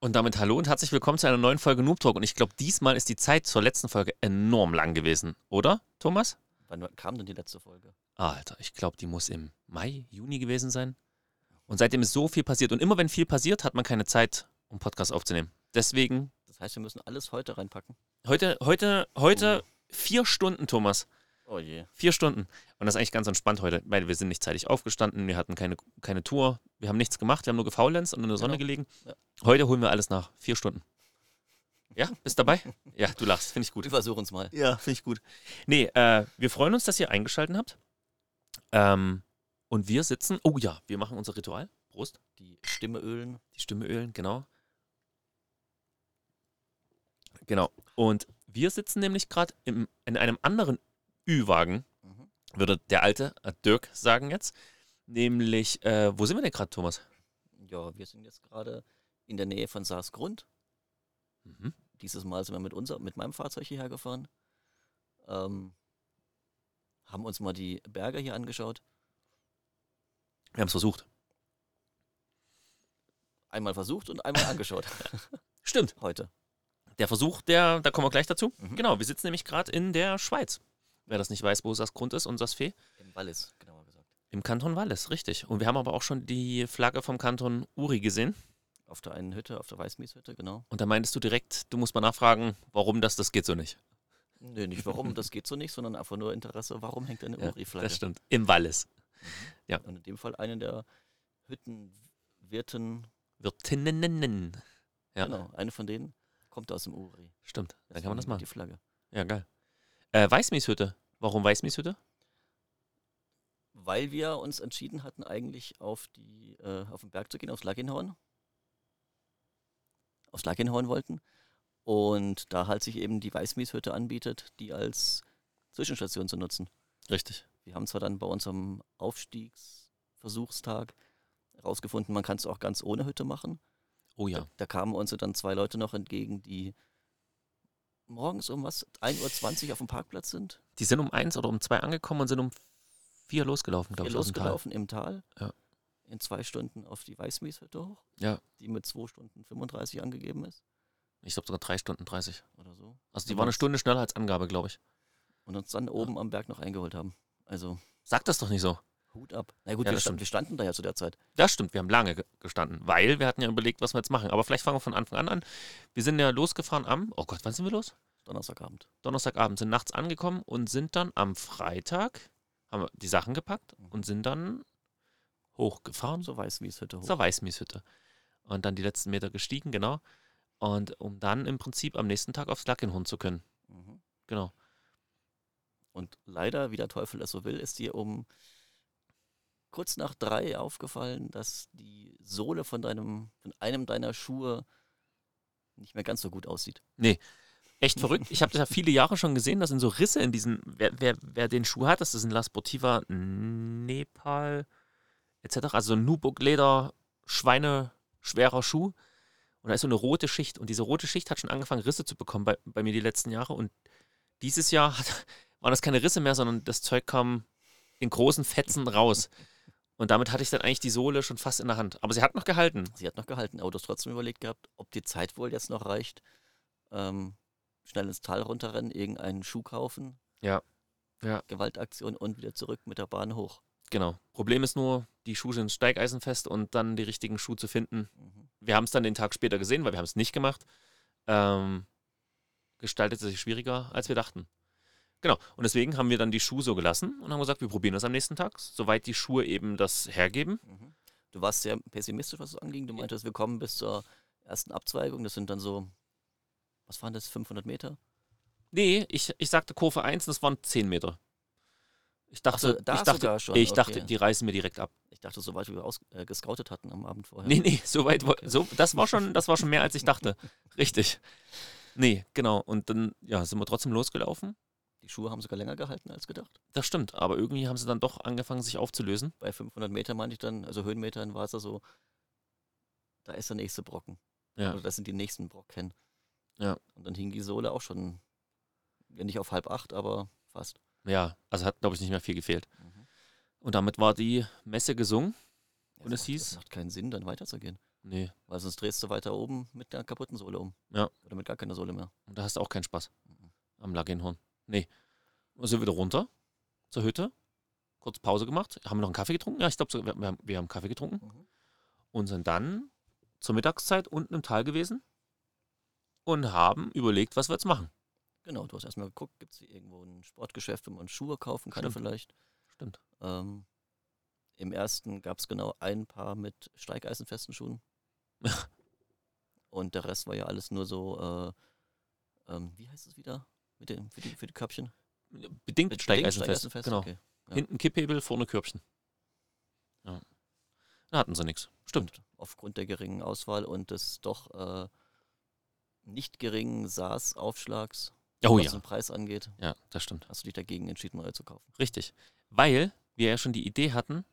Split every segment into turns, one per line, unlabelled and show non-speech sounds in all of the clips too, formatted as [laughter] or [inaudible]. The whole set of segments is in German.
Und damit hallo und herzlich willkommen zu einer neuen Folge Noob Talk. Und ich glaube, diesmal ist die Zeit zur letzten Folge enorm lang gewesen, oder, Thomas?
Wann kam denn die letzte Folge?
Ah, Alter, ich glaube, die muss im Mai, Juni gewesen sein. Und seitdem ist so viel passiert. Und immer wenn viel passiert, hat man keine Zeit, um Podcasts aufzunehmen. Deswegen
Das heißt, wir müssen alles heute reinpacken.
heute, heute, heute vier Stunden, Thomas.
Oh je.
Vier Stunden. Und das ist eigentlich ganz entspannt heute, weil wir sind nicht zeitig aufgestanden, wir hatten keine, keine Tour, wir haben nichts gemacht, wir haben nur gefaulenzt und in der Sonne
Genau.
gelegen.
Ja.
Heute holen wir alles nach. Vier Stunden. Ja, bist [laughs] dabei? ja, du lachst, finde ich gut.
Wir versuchen es mal.
Ja, finde ich gut. Nee, äh, wir freuen uns, dass ihr eingeschaltet habt. Ähm, und wir sitzen, oh ja, wir machen unser Ritual. Prost.
Die Stimme ölen.
Die Stimme ölen, genau. Genau. Und wir sitzen nämlich gerade im- in einem anderen Ü-Wagen,
Mhm.
würde der alte äh, Dirk sagen jetzt. Nämlich, äh, wo sind wir denn gerade, Thomas?
Ja, wir sind jetzt gerade in der Nähe von Saargrund.
Mhm.
Dieses Mal sind wir mit, unser, mit meinem Fahrzeug hierher gefahren. Ähm, haben uns mal die Berge hier angeschaut.
Wir haben es versucht.
Einmal versucht und [laughs] einmal angeschaut.
Stimmt.
heute.
Der Versuch, der, da kommen wir gleich dazu.
Mhm.
Genau, wir sitzen nämlich gerade in der Schweiz. Wer das nicht weiß, wo Saasgrund ist und Saasfee,
Im Wallis, genauer gesagt.
Im Kanton Wallis, richtig. Und wir haben aber auch schon die Flagge vom Kanton Uri gesehen.
Auf der einen Hütte, auf der Weißmieshütte, genau.
Und da meintest du direkt, du musst mal nachfragen, warum das, das geht so nicht.
Nee, nicht warum, das geht so nicht, sondern einfach nur Interesse, warum hängt eine
Ja,
Uri-Flagge?
Das stimmt. Im Wallis.
Und in dem Fall eine der Hüttenwirten,
Wird nennen. Ja,
genau, eine von denen kommt aus dem Uri.
stimmt. Dann kann
Deswegen
man das
Die
machen.
Flagge.
Ja, geil. Äh, Weißmieshütte. Warum Weißmieshütte?
Weil wir uns entschieden hatten, eigentlich auf, die, äh, auf den Berg zu gehen, aufs Laginhorn. Aufs Laginhorn wollten. Und da halt sich eben die Weißmieshütte anbietet, die als Zwischenstation zu nutzen.
Richtig.
Wir haben zwar dann bei unserem Aufstiegsversuchstag herausgefunden, man kann es auch ganz ohne Hütte machen.
Oh ja.
Da, da kamen uns dann zwei Leute noch entgegen, die morgens um was, 1.20 Uhr auf dem Parkplatz sind,
Die sind um eins oder um zwei angekommen und sind um vier losgelaufen, glaube
hier
ich. aus dem Tal.
losgelaufen im Tal,
Ja.
in zwei Stunden auf die Weißmieshütte hoch,
Ja.
die mit 2 Stunden 35 angegeben ist
Ich glaube sogar drei Stunden 30.
oder so.
Also die
Ja,
war eine
das-
Stunde schneller als Angabe, glaube ich.
Und uns dann oben am Berg noch eingeholt haben. Also
Sag das doch nicht so.
Hut ab. Na gut,
Ja,
wir,
das
stand,
stimmt.
wir standen da ja zu der Zeit.
Das stimmt, wir haben lange ge- gestanden, weil wir hatten ja überlegt, was wir jetzt machen. Aber vielleicht fangen wir von Anfang an an. Wir sind ja losgefahren am, oh Gott, wann sind wir los?
Donnerstagabend.
Donnerstagabend, sind nachts angekommen und sind dann am Freitag, haben wir die Sachen gepackt
Mhm.
und sind dann hochgefahren
Zur Weißmieshütte hoch.
zur Weißmieshütte. Und dann die letzten Meter gestiegen, genau. Und um dann im Prinzip am nächsten Tag aufs Lackenhorn zu können.
Mhm.
Genau.
Und leider, wie der Teufel es so will, ist dir um kurz nach drei aufgefallen, dass die Sohle von deinem, von einem deiner Schuhe nicht mehr ganz so gut aussieht.
Echt verrückt. Ich habe das ja viele Jahre schon gesehen, dass sind so Risse in diesen, wer, wer, wer den Schuh hat, das ist ein La Sportiva Nepal etc. Also so ein Nubuk-Leder, Schweine, schwerer Schuh. Und da ist so eine rote Schicht. Und diese rote Schicht hat schon angefangen, Risse zu bekommen bei, bei mir die letzten Jahre. Und dieses Jahr hat, [laughs] waren das keine Risse mehr, sondern das Zeug kam in großen Fetzen raus. Und damit hatte ich dann eigentlich die Sohle schon fast in der Hand. Aber sie hat noch gehalten.
Sie hat noch gehalten, aber du hast trotzdem überlegt gehabt, ob die Zeit wohl jetzt noch reicht. Ähm, schnell ins Tal runterrennen, irgendeinen Schuh kaufen.
Ja. Ja.
Gewaltaktion und wieder zurück mit der Bahn hoch.
Genau. Problem ist nur, die Schuhe sind steigeisenfest und dann die richtigen Schuhe zu finden.
Mhm.
wir haben es dann den Tag später gesehen, weil wir haben es nicht gemacht. Ähm, gestaltete sich schwieriger, als wir dachten. Genau. Und deswegen haben wir dann die Schuhe so gelassen und haben gesagt, wir probieren das am nächsten Tag, soweit die Schuhe eben das hergeben.
Mhm. Du warst sehr pessimistisch, was es anging. Du meintest, wir kommen bis zur ersten Abzweigung. Das sind dann so, was waren das, 500 Meter?
Nee, ich, ich sagte Kurve 1 und es waren 10 Meter. Ich dachte,
Ach so, da
ich dachte,
sogar schon,
ich
okay.
dachte die reißen mir direkt ab.
Ich dachte, so weit wie wir aus, äh, gescoutet hatten am Abend vorher.
Nee, nee, so weit, wo-
[laughs]
so, das, war schon, das war schon mehr, als ich dachte. Richtig. Nee, genau. Und dann ja, sind wir trotzdem losgelaufen.
Die Schuhe haben sogar länger gehalten als gedacht.
Das stimmt, aber irgendwie haben sie dann doch angefangen, sich aufzulösen.
Bei 500 Metern meinte ich dann, also Höhenmetern war es ja so, da ist der nächste Brocken.
Ja.
Oder das sind die nächsten Brocken.
Ja.
Und dann hing die Sohle auch schon, ja nicht auf halb acht, aber fast.
Ja, also hat, glaube ich, nicht mehr viel gefehlt.
Mhm.
Und damit war die Messe gesungen.
Ja,
Und es
das macht,
hieß?
Das macht keinen Sinn, dann weiterzugehen.
Nee.
Weil sonst drehst du weiter oben mit einer kaputten Sohle um.
Ja.
Oder mit gar keiner Sohle mehr.
Und da hast du auch keinen Spaß.
Mhm.
Am Lagenhorn. Nee. Und sind wieder runter zur Hütte. Kurz Pause gemacht. Haben wir noch einen Kaffee getrunken? Ja, ich glaube, wir, wir haben- wir haben Kaffee getrunken.
Mhm.
Und sind dann zur Mittagszeit unten im Tal gewesen und haben überlegt, was wir jetzt machen.
Genau, du hast erstmal geguckt, gibt es hier irgendwo ein Sportgeschäft, wo man Schuhe kaufen kann
Stimmt.
vielleicht.
Stimmt.
Ähm, Im ersten gab es genau ein Paar mit
[laughs]
steigeisenfesten Schuhen. Und der Rest war ja alles nur so, äh, ähm, wie heißt es wieder? Mit dem, für, die, für die Köpfchen?
Bedingt mit Steigeisenfest.
Steigeisenfest,
Genau.
Okay. ja.
Hinten Kipphebel, vorne Körbchen. Ja. Da hatten sie nichts. Stimmt.
Und aufgrund der geringen Auswahl und des doch äh, nicht geringen SaaS-Aufschlags,
Oh
was
ja.
den Preis angeht,
Ja, das stimmt.
hast du dich dagegen entschieden, neue zu kaufen.
Richtig. Weil wir ja schon die Idee hatten,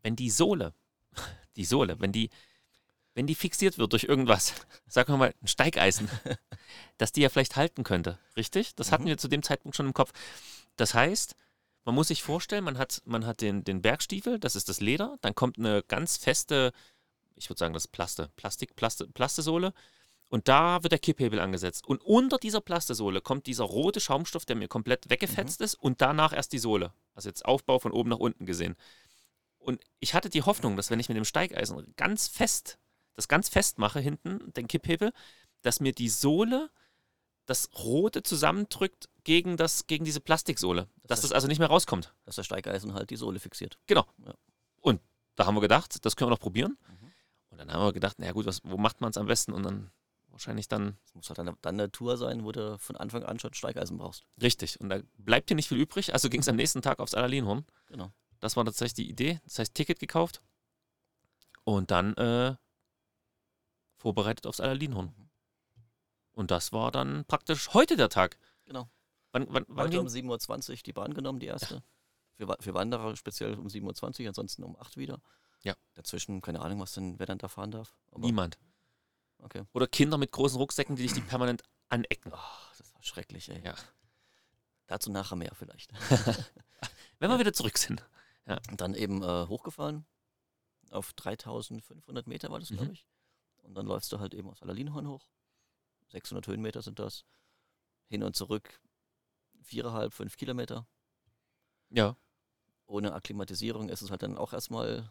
wenn die Sohle, [laughs] die Sohle, wenn die, wenn die fixiert wird durch irgendwas, [laughs] sagen wir mal ein Steigeisen, [laughs] dass die ja vielleicht halten könnte. Richtig? Das hatten
Mhm.
wir zu dem Zeitpunkt schon im Kopf. Das heißt, man muss sich vorstellen, man hat, man hat den, den Bergstiefel, das ist das Leder, dann kommt eine ganz feste, ich würde sagen, das ist Plaste, Plastik, Plaste, Plastesohle. Und da wird der Kipphebel angesetzt. Und unter dieser Plastesohle kommt dieser rote Schaumstoff, der mir komplett weggefetzt ist, und danach erst die Sohle. Also jetzt Aufbau von oben nach unten gesehen. Und ich hatte die Hoffnung, dass wenn ich mit dem Steigeisen ganz fest, das ganz fest mache hinten, den Kipphebel, dass mir die Sohle das Rote zusammendrückt gegen, das, gegen diese Plastiksohle. Dass das also nicht mehr rauskommt.
Dass der Steigeisen halt die Sohle fixiert.
da haben wir gedacht, das können wir noch probieren.
Mhm.
Und dann haben wir gedacht, naja gut, was, wo macht man es am besten? Und dann wahrscheinlich dann
Es muss halt dann, dann eine Tour sein, wo du von Anfang an schon Steigeisen brauchst.
richtig. Und da bleibt dir nicht viel übrig. Also ging es am nächsten Tag aufs Alalinhorn.
Genau.
Das war tatsächlich die Idee. Das heißt, Ticket gekauft und dann äh, vorbereitet aufs Alalinhorn.
Mhm.
Und das war dann praktisch heute der Tag.
Genau.
Wann, wann, wann
Heute um
ging,
7.20 Uhr die Bahn genommen, die erste. Für, Wa- für Wanderer speziell um 7.20 Uhr, ansonsten um 8 Uhr wieder.
Ja.
Dazwischen, keine Ahnung, was denn, wer dann da fahren darf. Aber,
niemand?
Okay.
Oder Kinder mit großen Rucksäcken, die dich die permanent anecken.
Ach, das war schrecklich, ey.
Ja.
Dazu nachher mehr vielleicht.
Wenn wir wieder zurück sind.
Und dann eben äh, hochgefahren. Auf 3500 Meter war das,
Mhm.
glaube ich. Und dann läufst du halt eben aus Alalinhorn hoch. 600 Höhenmeter sind das. Hin und zurück viereinhalb, fünf Kilometer.
Ja.
Ohne Akklimatisierung ist es halt dann auch erstmal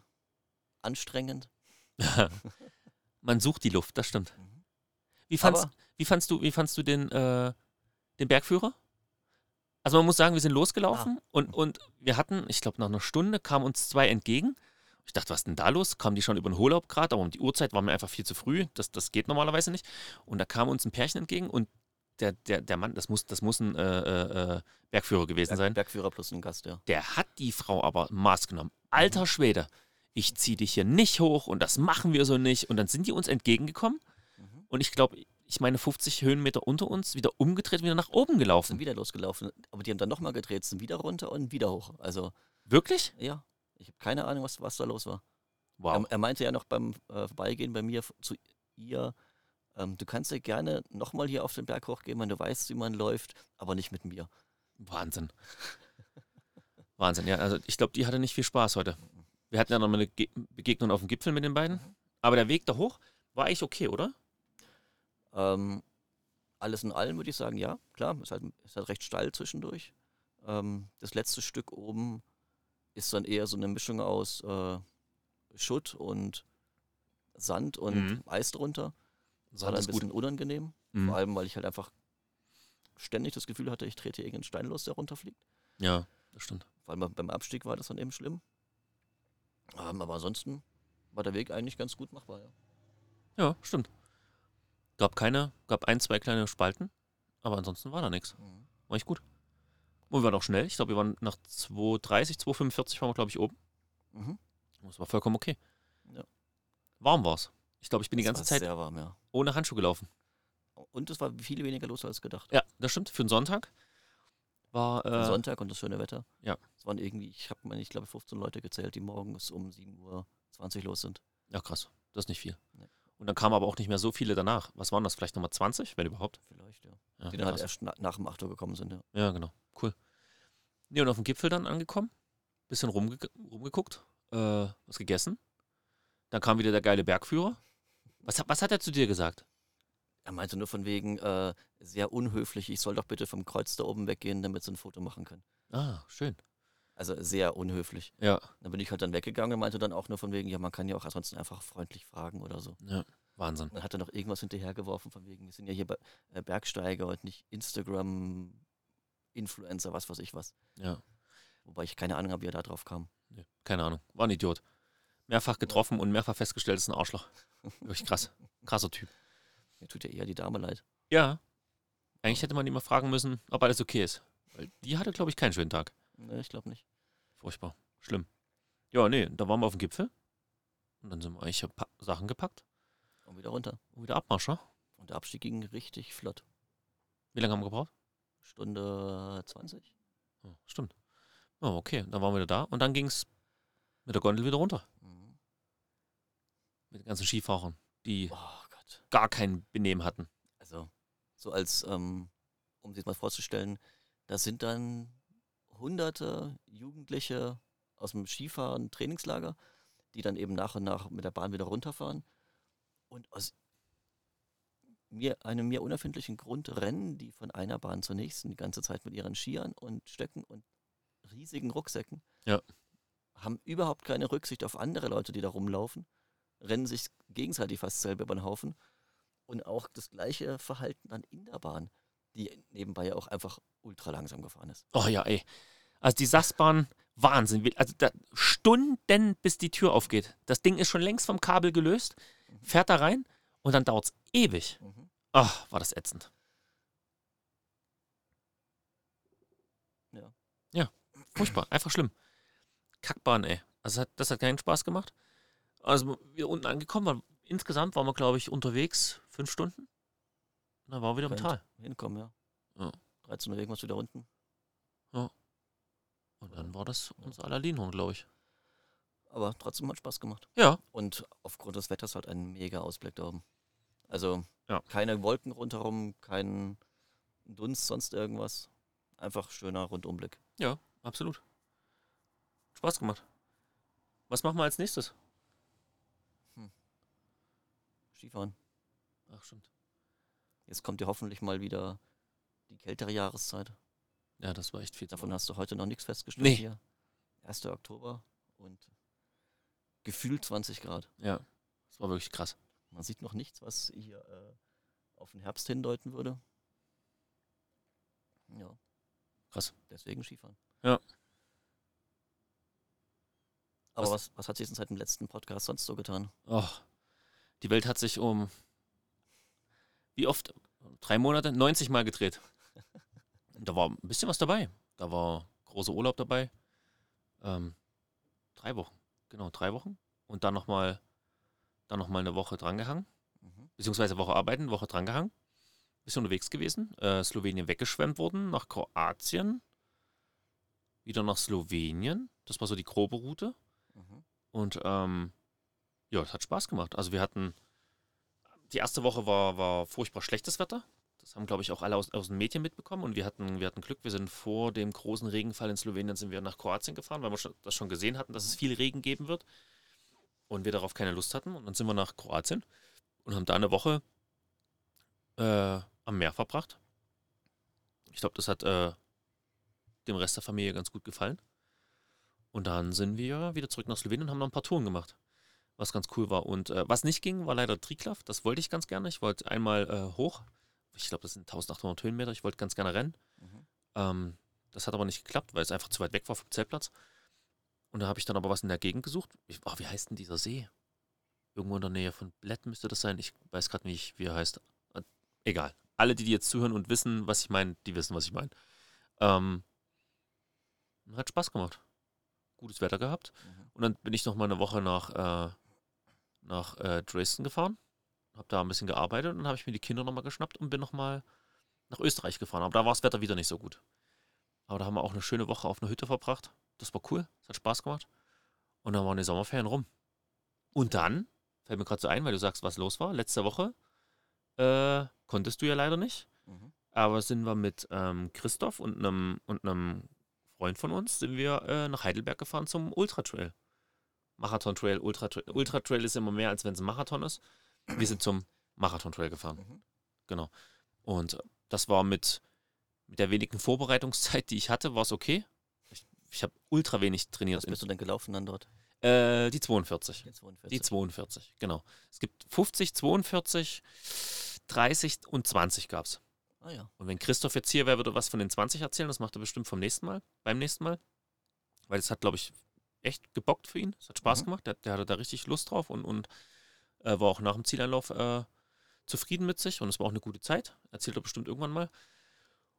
anstrengend.
man sucht die Luft, das stimmt.
Mhm.
Wie fandst,
Aber
Wie fandst du, wie fandst du den, äh, den Bergführer? Also man muss sagen, wir sind losgelaufen und, und wir hatten, ich glaube, nach einer Stunde kamen uns zwei entgegen. Ich dachte, was ist denn da los? Kamen die schon über den Urlaub gerade, aber um die Uhrzeit waren wir einfach viel zu früh. Das, das geht normalerweise nicht. Und da kam uns ein Pärchen entgegen und der, der, der Mann, das muss, das muss ein äh, äh, äh, Bergführer gewesen
Berg,
sein.
Bergführer plus ein Gast, ja.
Der hat die Frau aber Maß genommen.
Mhm.
Alter Schwede, ich ziehe dich hier nicht hoch und das machen wir so nicht. Und dann sind die uns entgegengekommen
Mhm.
und ich glaube, ich meine 50 Höhenmeter unter uns, wieder umgedreht, wieder nach oben
Sind
gelaufen.
wieder losgelaufen. Aber die haben dann nochmal gedreht, sind wieder runter und wieder hoch. Also,
Wirklich?
ja. Ich habe keine Ahnung, was, was da los war.
Wow.
Er, er meinte ja noch beim äh, Vorbeigehen bei mir f- zu ihr, ähm, du kannst ja gerne nochmal hier auf den Berg hochgehen, wenn du weißt, wie man läuft, aber nicht mit mir.
Wahnsinn. [laughs] Wahnsinn, ja. Also ich glaube, die hatte nicht viel Spaß heute. Wir hatten ja noch mal eine Ge Begegnung auf dem Gipfel mit den beiden.
Mhm.
Aber der Weg da hoch war eigentlich okay, oder?
Ähm, alles in allem würde ich sagen, ja, klar, ist halt, ist halt recht steil zwischendurch. Ähm, das letzte Stück oben ist dann eher so eine Mischung aus äh, Schutt und Sand und
Mhm.
Eis drunter.
Das
Das war dann ein bisschen unangenehm, vor
Mhm.
allem, weil ich halt einfach ständig das Gefühl hatte, ich trete hier irgendeinen Stein los, der runterfliegt.
Ja, das stimmt.
Vor allem beim- beim Abstieg war das dann eben schlimm. Ähm, aber ansonsten war der Weg eigentlich ganz gut machbar. Ja.
Ja, stimmt. Gab keine, gab ein, zwei kleine Spalten, aber ansonsten war da nichts.
Mhm.
War echt gut. Und wir waren auch schnell. Ich glaube, wir waren nach 2,30, 2,45 waren wir, glaube ich, oben.
Mhm.
Das war vollkommen okay.
Ja.
Warm war's. Ich glaube, ich bin die
Es
ganze
war
Zeit
Sehr warm, ja.
ohne Handschuh gelaufen.
Und es war viel weniger los als gedacht.
Ja, das stimmt. Für einen Sonntag war. Äh,
Sonntag und das schöne Wetter.
ja.
Es waren irgendwie, ich habe meine, ich glaube, 15 Leute gezählt, die morgens um 7.20 Uhr los sind.
Ja, krass. Das ist nicht viel.
Nee.
Und dann kamen aber auch nicht mehr so viele danach. Was waren das? Vielleicht nochmal 20, wenn überhaupt?
Vielleicht, ja.
Ja,
Die dann halt
krass.
erst na, nach dem 8 Uhr gekommen sind, ja.
ja genau. Cool. Nee, und auf dem Gipfel dann angekommen. Bisschen rumge rumgeguckt. Äh, was gegessen. Dann kam wieder der geile Bergführer. Was, hat- was hat er zu dir gesagt?
Er meinte nur von wegen, äh, sehr unhöflich, ich soll doch bitte vom Kreuz da oben weggehen, damit sie ein Foto machen können.
Ah, schön.
Also sehr unhöflich.
Ja,
Dann bin ich halt dann weggegangen und meinte dann auch nur von wegen, ja, man kann ja auch ansonsten einfach freundlich fragen oder so.
Wahnsinn.
Dann hat er noch irgendwas hinterhergeworfen, von wegen, wir sind ja hier bei, äh, Bergsteiger und nicht Instagram-Influencer, was weiß ich was.
Ja.
Wobei ich keine Ahnung habe, wie er da drauf kam.
Nee, keine Ahnung. War ein Idiot. Mehrfach getroffen und mehrfach festgestellt, ist ein Arschloch. Wirklich krass. Krasser Typ.
Mir tut ja eher die Dame leid.
Ja. Eigentlich hätte man ihn mal fragen müssen, ob alles okay ist. Weil die hatte, glaube ich, keinen schönen Tag.
Ne, ich glaube nicht.
Furchtbar. Schlimm. Ja, nee, da waren wir auf dem Gipfel. Und dann sind wir eigentlich pa Sachen gepackt.
Und wieder runter.
Und wieder Abmarscher.
Und der Abstieg ging richtig flott.
Wie lange haben wir gebraucht?
Stunde 20.
Ja, stimmt. Oh, okay. Dann waren wir wieder da. Und dann ging es mit der Gondel wieder runter.
Mhm.
Mit den ganzen Skifahrern, die
Oh Gott.
gar kein Benehmen hatten.
Also, so als, ähm, um sich mal vorzustellen, das sind dann hunderte Jugendliche aus dem Skifahren-Trainingslager, die dann eben nach und nach mit der Bahn wieder runterfahren und aus mir, einem mir unerfindlichen Grund rennen die von einer Bahn zur nächsten die ganze Zeit mit ihren Skiern und Stöcken und riesigen Rucksäcken.
Ja.
Haben überhaupt keine Rücksicht auf andere Leute, die da rumlaufen, rennen sich gegenseitig fast selber über den Haufen und auch das gleiche Verhalten dann in der Bahn, die nebenbei ja auch einfach ultra langsam gefahren ist.
Oh ja, ey. Also die Sachsbahn, Wahnsinn. Wie- Also da, Stunden, bis die Tür aufgeht. Das Ding ist schon längst vom Kabel gelöst, fährt da rein und dann dauert es ewig. Ach, war das ätzend.
Ja.
Ja, furchtbar, einfach schlimm. Kackbahn, ey. Also das hat, das hat keinen Spaß gemacht. Also wir unten angekommen, waren, insgesamt waren wir, glaube ich, unterwegs fünf Stunden. Und dann waren wir wieder im
Könnt.
Tal.
Hinkommen, ja.
Ja.
13 Uhr irgendwas wieder unten.
Und dann war das unser aller Linhorn, glaube ich.
Aber trotzdem hat Spaß gemacht.
Ja.
Und aufgrund des Wetters halt ein mega Ausblick da oben. Also
Ja.
keine Wolken rundherum, kein Dunst, sonst irgendwas. Einfach schöner Rundumblick.
Ja, absolut. Spaß gemacht. Was machen wir als nächstes?
Skifahren.
Ach, stimmt.
Jetzt kommt ja hoffentlich mal wieder die kältere Jahreszeit.
Ja, das war echt viel davon.
Davon hast du heute noch nichts festgestellt
Nee.
hier. 1. Oktober und gefühlt 20 Grad.
Ja, das war wirklich krass.
Man sieht noch nichts, was hier äh, auf den Herbst hindeuten würde. Ja.
Krass.
Deswegen Skifahren.
Ja.
Aber
Was-
was, was hat sich denn seit dem letzten Podcast sonst so getan?
Oh, die Welt hat sich um wie oft? Drei Monate? 90 Mal gedreht. Da war ein bisschen was dabei. Da war großer Urlaub dabei. Ähm, drei Wochen. Genau, drei Wochen. Und dann nochmal dann noch mal eine Woche drangehangen.
Mhm.
beziehungsweise Woche arbeiten, Woche drangehangen. Bisschen unterwegs gewesen. Äh, Slowenien weggeschwemmt worden, nach Kroatien, wieder nach Slowenien. Das war so die grobe Route.
Mhm.
Und ähm, ja, es hat Spaß gemacht. Also wir hatten, die erste Woche war, war furchtbar schlechtes Wetter. Das haben, glaube ich, auch alle aus, aus den Medien mitbekommen. Und wir hatten, wir hatten Glück, wir sind vor dem großen Regenfall in Slowenien sind wir nach Kroatien gefahren, weil wir schon, das schon gesehen hatten, dass es viel Regen geben wird. Und wir darauf keine Lust hatten. Und dann sind wir nach Kroatien und haben da eine Woche äh, am Meer verbracht. Ich glaube, das hat äh, dem Rest der Familie ganz gut gefallen. Und dann sind wir wieder zurück nach Slowenien und haben noch ein paar Touren gemacht, was ganz cool war. Und äh, was nicht ging, war leider Triglav. Das wollte ich ganz gerne. Ich wollte einmal äh, hoch. Ich glaube, das sind 1800 Höhenmeter. Ich wollte ganz gerne rennen.
Mhm.
Ähm, das hat aber nicht geklappt, weil es einfach zu weit weg war vom Zeltplatz. Und da habe ich dann aber was in der Gegend gesucht. Ich, oh, wie heißt denn dieser See? Irgendwo in der Nähe von Bled müsste das sein. Ich weiß gerade nicht, wie er heißt. Äh, Egal. Alle, die, die jetzt zuhören und wissen, was ich meine, die wissen, was ich meine. Ähm, hat Spaß gemacht. Gutes Wetter gehabt.
Mhm.
Und dann bin ich noch mal eine Woche nach, äh, nach äh, Dresden gefahren, habe da ein bisschen gearbeitet und dann habe ich mir die Kinder noch mal geschnappt und bin noch mal nach Österreich gefahren. Aber da war das Wetter wieder nicht so gut. Aber da haben wir auch eine schöne Woche auf einer Hütte verbracht. Das war cool, es hat Spaß gemacht. Und dann waren die Sommerferien rum. Und dann, fällt mir gerade so ein, weil du sagst, was los war, letzte Woche äh, konntest du ja leider nicht.
Mhm.
Aber sind wir mit ähm, Christoph und einem und einem Freund von uns, sind wir äh, nach Heidelberg gefahren zum Ultra Trail. Marathon Trail, Ultra Trail. Ultra Trail ist immer mehr, als wenn es ein Marathon ist. Wir sind zum Marathon Trail gefahren.
Mhm.
Genau. Und das war mit, mit der wenigen Vorbereitungszeit, die ich hatte, war es okay. Ich, ich habe ultra wenig trainiert.
Was bist du denn gelaufen dann dort?
In, äh, die 42.
Den 42.
Die 42, genau. Es gibt 50, 42, 30 und 20 gab es.
ah ja.
Und wenn Christoph jetzt hier wäre, würde er was von den 20 erzählen. Das macht er bestimmt vom nächsten Mal, beim nächsten Mal. Weil das hat, glaube ich, echt gebockt für ihn. Es hat Spaß
Mhm.
gemacht. Der, der hatte da richtig Lust drauf und, und äh, war auch nach dem Zielanlauf äh, zufrieden mit sich. Und es war auch eine gute Zeit. Erzählt er bestimmt irgendwann mal.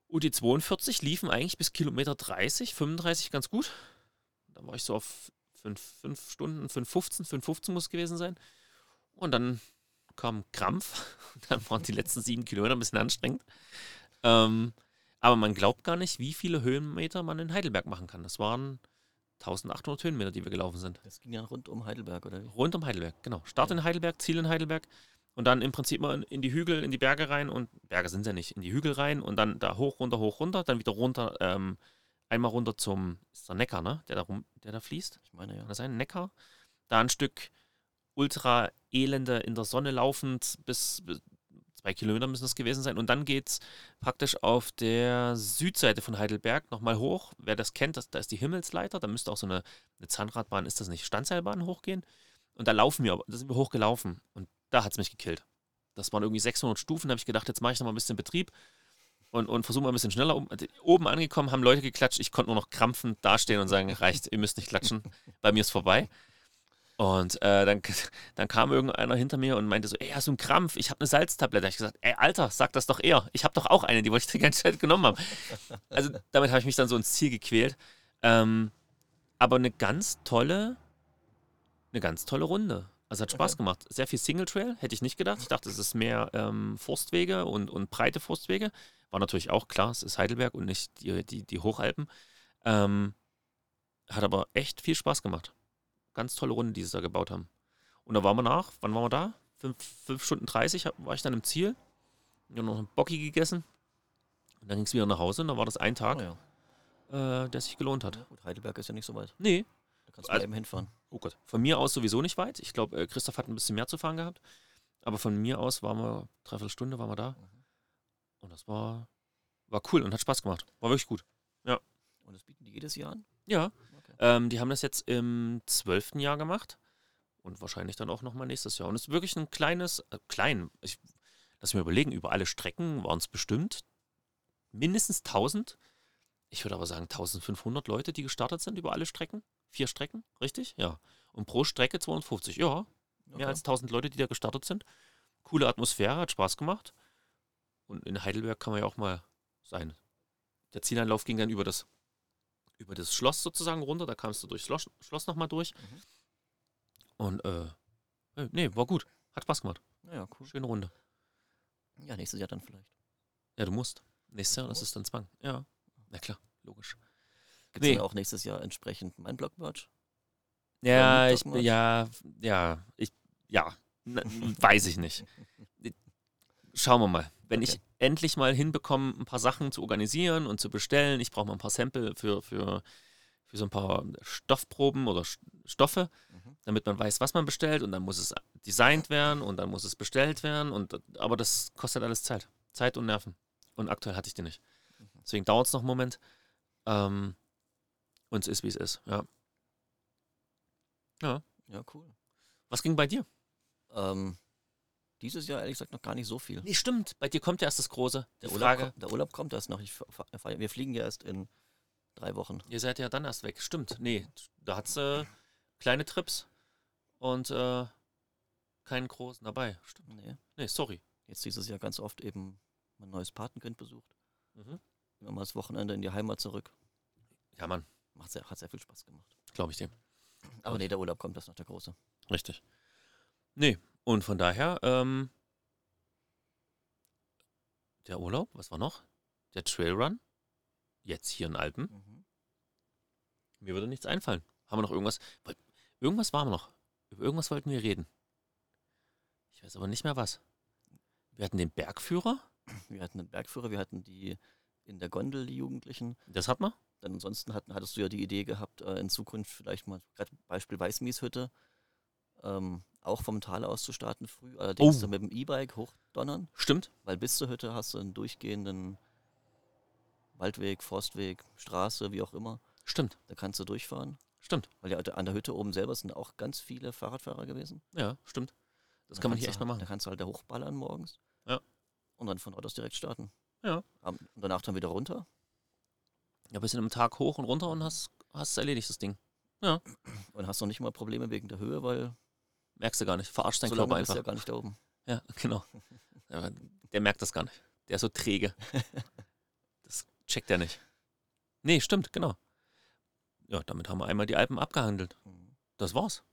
Und die 42 liefen eigentlich bis Kilometer 30, 35 ganz gut. Da war ich so auf 5, 5 Stunden, 5,15, 5,15 muss es gewesen sein. Und dann kam Krampf. [laughs] Dann waren die letzten sieben Kilometer ein bisschen anstrengend. Ähm, aber man glaubt gar nicht, wie viele Höhenmeter man in Heidelberg machen kann. Das waren 1800 Höhenmeter, die wir gelaufen sind.
Das ging ja rund um Heidelberg, oder wie?
Rund um Heidelberg, genau. Start in Heidelberg, Ziel in Heidelberg und dann im Prinzip mal in, in die Hügel, in die Berge rein und Berge sind ja nicht, in die Hügel rein und dann da hoch, runter, hoch, runter, dann wieder runter, ähm, einmal runter zum, ist der Neckar, ne? Der da, rum, der da fließt.
Ich meine ja.
Kann das sein? Neckar. Da ein Stück ultra elende in der Sonne laufend bis, bis zwei Kilometer müssen das gewesen sein. Und dann geht es praktisch auf der Südseite von Heidelberg nochmal hoch. Wer das kennt, das, da ist die Himmelsleiter. Da müsste auch so eine, eine Zahnradbahn, ist das nicht, Standseilbahn hochgehen. Und da laufen wir, aber- da sind wir hochgelaufen. Und da hat es mich gekillt. Das waren irgendwie 600 Stufen. Da habe ich gedacht, jetzt mache ich nochmal ein bisschen Betrieb. Und, und versuche mal ein bisschen schneller. Um, oben angekommen haben Leute geklatscht. Ich konnte nur noch krampfend dastehen und sagen: Reicht, ihr müsst nicht klatschen bei mir ist vorbei. Und äh, dann, [laughs] dann kam irgendeiner hinter mir und meinte so, ey, hast du einen Krampf? Ich habe eine Salztablette. Da hab ich gesagt, ey, Alter, sag das doch eher. Ich habe doch auch eine, die wollte ich die ganze Zeit genommen haben. Also damit habe ich mich dann so ins Ziel gequält. Ähm, aber eine ganz tolle, eine ganz tolle Runde. Also hat Spaß
Okay.
gemacht. Sehr viel Single Trail, hätte ich nicht gedacht. Ich dachte, es ist mehr ähm, Forstwege und, und breite Forstwege. War natürlich auch klar, es ist Heidelberg und nicht die, die, die Hochalpen. Ähm, hat aber echt viel Spaß gemacht. Ganz tolle Runde, die sie da gebaut haben. Und da waren wir nach, wann waren wir da? 5, Stunden 30 hab- war ich dann im Ziel. Ich habe noch einen Bocki gegessen. Und dann ging es wieder nach Hause und dann war das ein Tag,
Ah ja.
äh, der sich gelohnt hat.
ja. Gut, Heidelberg ist ja nicht so weit.
Nee,
Da kannst du
Also-
mal eben hinfahren.
oh Gott. Von mir aus sowieso nicht weit. Ich glaube, äh, Christoph hat ein bisschen mehr zu fahren gehabt. Aber von mir aus waren wir, dreiviertel Stunde waren wir da.
Mhm.
Und das war, war cool und hat Spaß gemacht. War wirklich gut.
Und das bieten die jedes Jahr an?
Ja.
Okay.
Ähm, die haben das jetzt im zwölften Jahr gemacht und wahrscheinlich dann auch nochmal nächstes Jahr. Und es ist wirklich ein kleines, äh, klein, ich, lass mich mal überlegen, über alle Strecken waren es bestimmt mindestens 1000. Ich würde aber sagen 1500 Leute, die gestartet sind über alle Strecken. Vier Strecken, richtig? Ja. Und pro Strecke 250. Ja,
okay.
mehr als 1000 Leute, die da gestartet sind. Coole Atmosphäre, hat Spaß gemacht. Und in Heidelberg kann man ja auch mal sein. Der Zielanlauf ging dann über das, über das Schloss sozusagen runter. Da kamst du durchs Schloss, Schloss nochmal durch.
Mhm.
Und, äh, äh, nee, war gut. Hat Spaß gemacht.
Naja, cool.
Schöne Runde.
Ja, nächstes Jahr dann vielleicht.
Ja, du musst. Nächstes Jahr, das
Muss?
ist dann Zwang. Ja. Na klar, logisch.
Gibt es
Nee.
dann auch nächstes Jahr entsprechend mein Blog-Merch?
Ja,
Mittag
ich,
mal.
ja, ja, ich, ja, Na, weiß ich nicht. Schauen wir mal. Wenn ich
Okay.
endlich mal hinbekomme, ein paar Sachen zu organisieren und zu bestellen, ich brauche mal ein paar Sample für, für, für so ein paar Stoffproben oder S- Stoffe,
Mhm.
damit man weiß, was man bestellt und dann muss es designt werden und dann muss es bestellt werden. Und, aber das kostet alles Zeit. Zeit und Nerven. Und aktuell hatte ich die nicht.
Mhm.
Deswegen dauert es noch einen Moment. Ähm, und es ist, wie es ist. Ja.
Ja, cool.
Was ging bei dir?
Ähm, dieses Jahr ehrlich gesagt noch gar nicht so viel.
Nee, stimmt. Bei dir kommt ja erst das Große. Die
Der Urlaub,
Frage.
kommt, der Urlaub kommt erst noch. Ich fa- fa- feier- wir fliegen ja erst in drei Wochen.
Ihr seid ja dann erst weg. Stimmt. Nee, da hat's äh, kleine Trips und äh, keinen großen dabei. Stimmt.
Nee.
Nee, sorry.
Jetzt dieses Jahr ganz oft eben mein neues Patenkind besucht.
Mhm.
Immer mal das Wochenende in die Heimat zurück.
Ja, Mann.
Macht sehr, hat sehr viel Spaß gemacht.
Glaube ich dem.
Aber nee, der Urlaub kommt erst noch der große.
Richtig. Nee, und von daher, ähm, der Urlaub, was war noch? Der Trailrun. Jetzt hier in Alpen.
Mhm.
Mir würde nichts einfallen. Haben wir noch irgendwas? Woll- Irgendwas waren wir noch. Über irgendwas wollten wir reden. Ich weiß aber nicht mehr was. Wir hatten den Bergführer.
Wir hatten einen Bergführer, wir hatten die in der Gondel die Jugendlichen.
Das hat man?
Dann ansonsten hat, hattest du ja die Idee gehabt, äh, in Zukunft vielleicht mal, gerade Beispiel Weißmieshütte, ähm, auch vom Tal aus zu starten früh, allerdings
Oh.
dann mit dem E-Bike hochdonnern,
Stimmt.
weil bis zur Hütte hast du einen durchgehenden Waldweg, Forstweg, Straße, wie auch immer.
Stimmt.
Da kannst du durchfahren.
Stimmt.
Weil ja an der Hütte oben selber sind auch ganz viele Fahrradfahrer gewesen.
Ja, stimmt. Das
Da
kann man
kannst
hier
du
echt mal
halt- Da
machen.
kannst du halt da hochballern morgens.
Ja.
Und dann von dort aus direkt starten.
Ja.
Am- Und danach dann wieder runter.
Ja, bisschen am Tag hoch und runter und hast hast erledigt, das Ding.
Und hast noch nicht mal Probleme wegen der Höhe, weil
Merkst du gar nicht. Verarscht dein
so
Körper
lange bist
einfach.
du ja gar nicht da oben.
Ja, [laughs] genau. Aber Der merkt das gar nicht. Der ist so
[laughs]
träge. Das checkt er nicht. Nee, stimmt, genau. Ja, damit haben wir einmal die Alpen abgehandelt.
Mhm.
Das war's.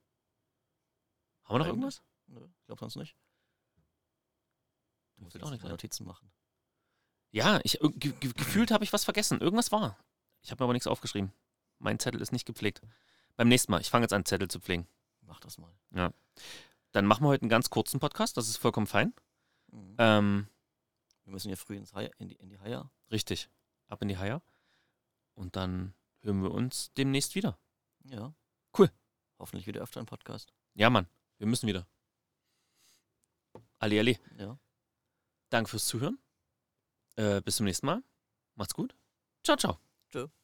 Haben wir noch
Eigentlich?
irgendwas?
Nö, ich glaube sonst nicht. Du musst
Fällt
jetzt
auch nichts
mal
ein.
Notizen machen.
Ja, ich, irg- ge ge gefühlt habe ich was vergessen. Irgendwas war. Ich habe mir aber nichts aufgeschrieben. Mein Zettel ist nicht gepflegt. Beim nächsten Mal. Ich fange jetzt an, Zettel zu pflegen.
Mach das mal.
Dann machen wir heute einen ganz kurzen Podcast. Das ist vollkommen fein.
Mhm.
Ähm,
Wir müssen ja früh ins Hai, in, die, in die Haie.
richtig. Ab in die Haier. Und dann hören wir uns demnächst wieder.
Ja.
Cool.
Hoffentlich wieder öfter ein Podcast.
Ja, Mann, wir müssen wieder. Ali, Ali,
Ja.
danke fürs Zuhören. Äh, bis zum nächsten Mal. Macht's gut. Ciao, ciao.
Tschö.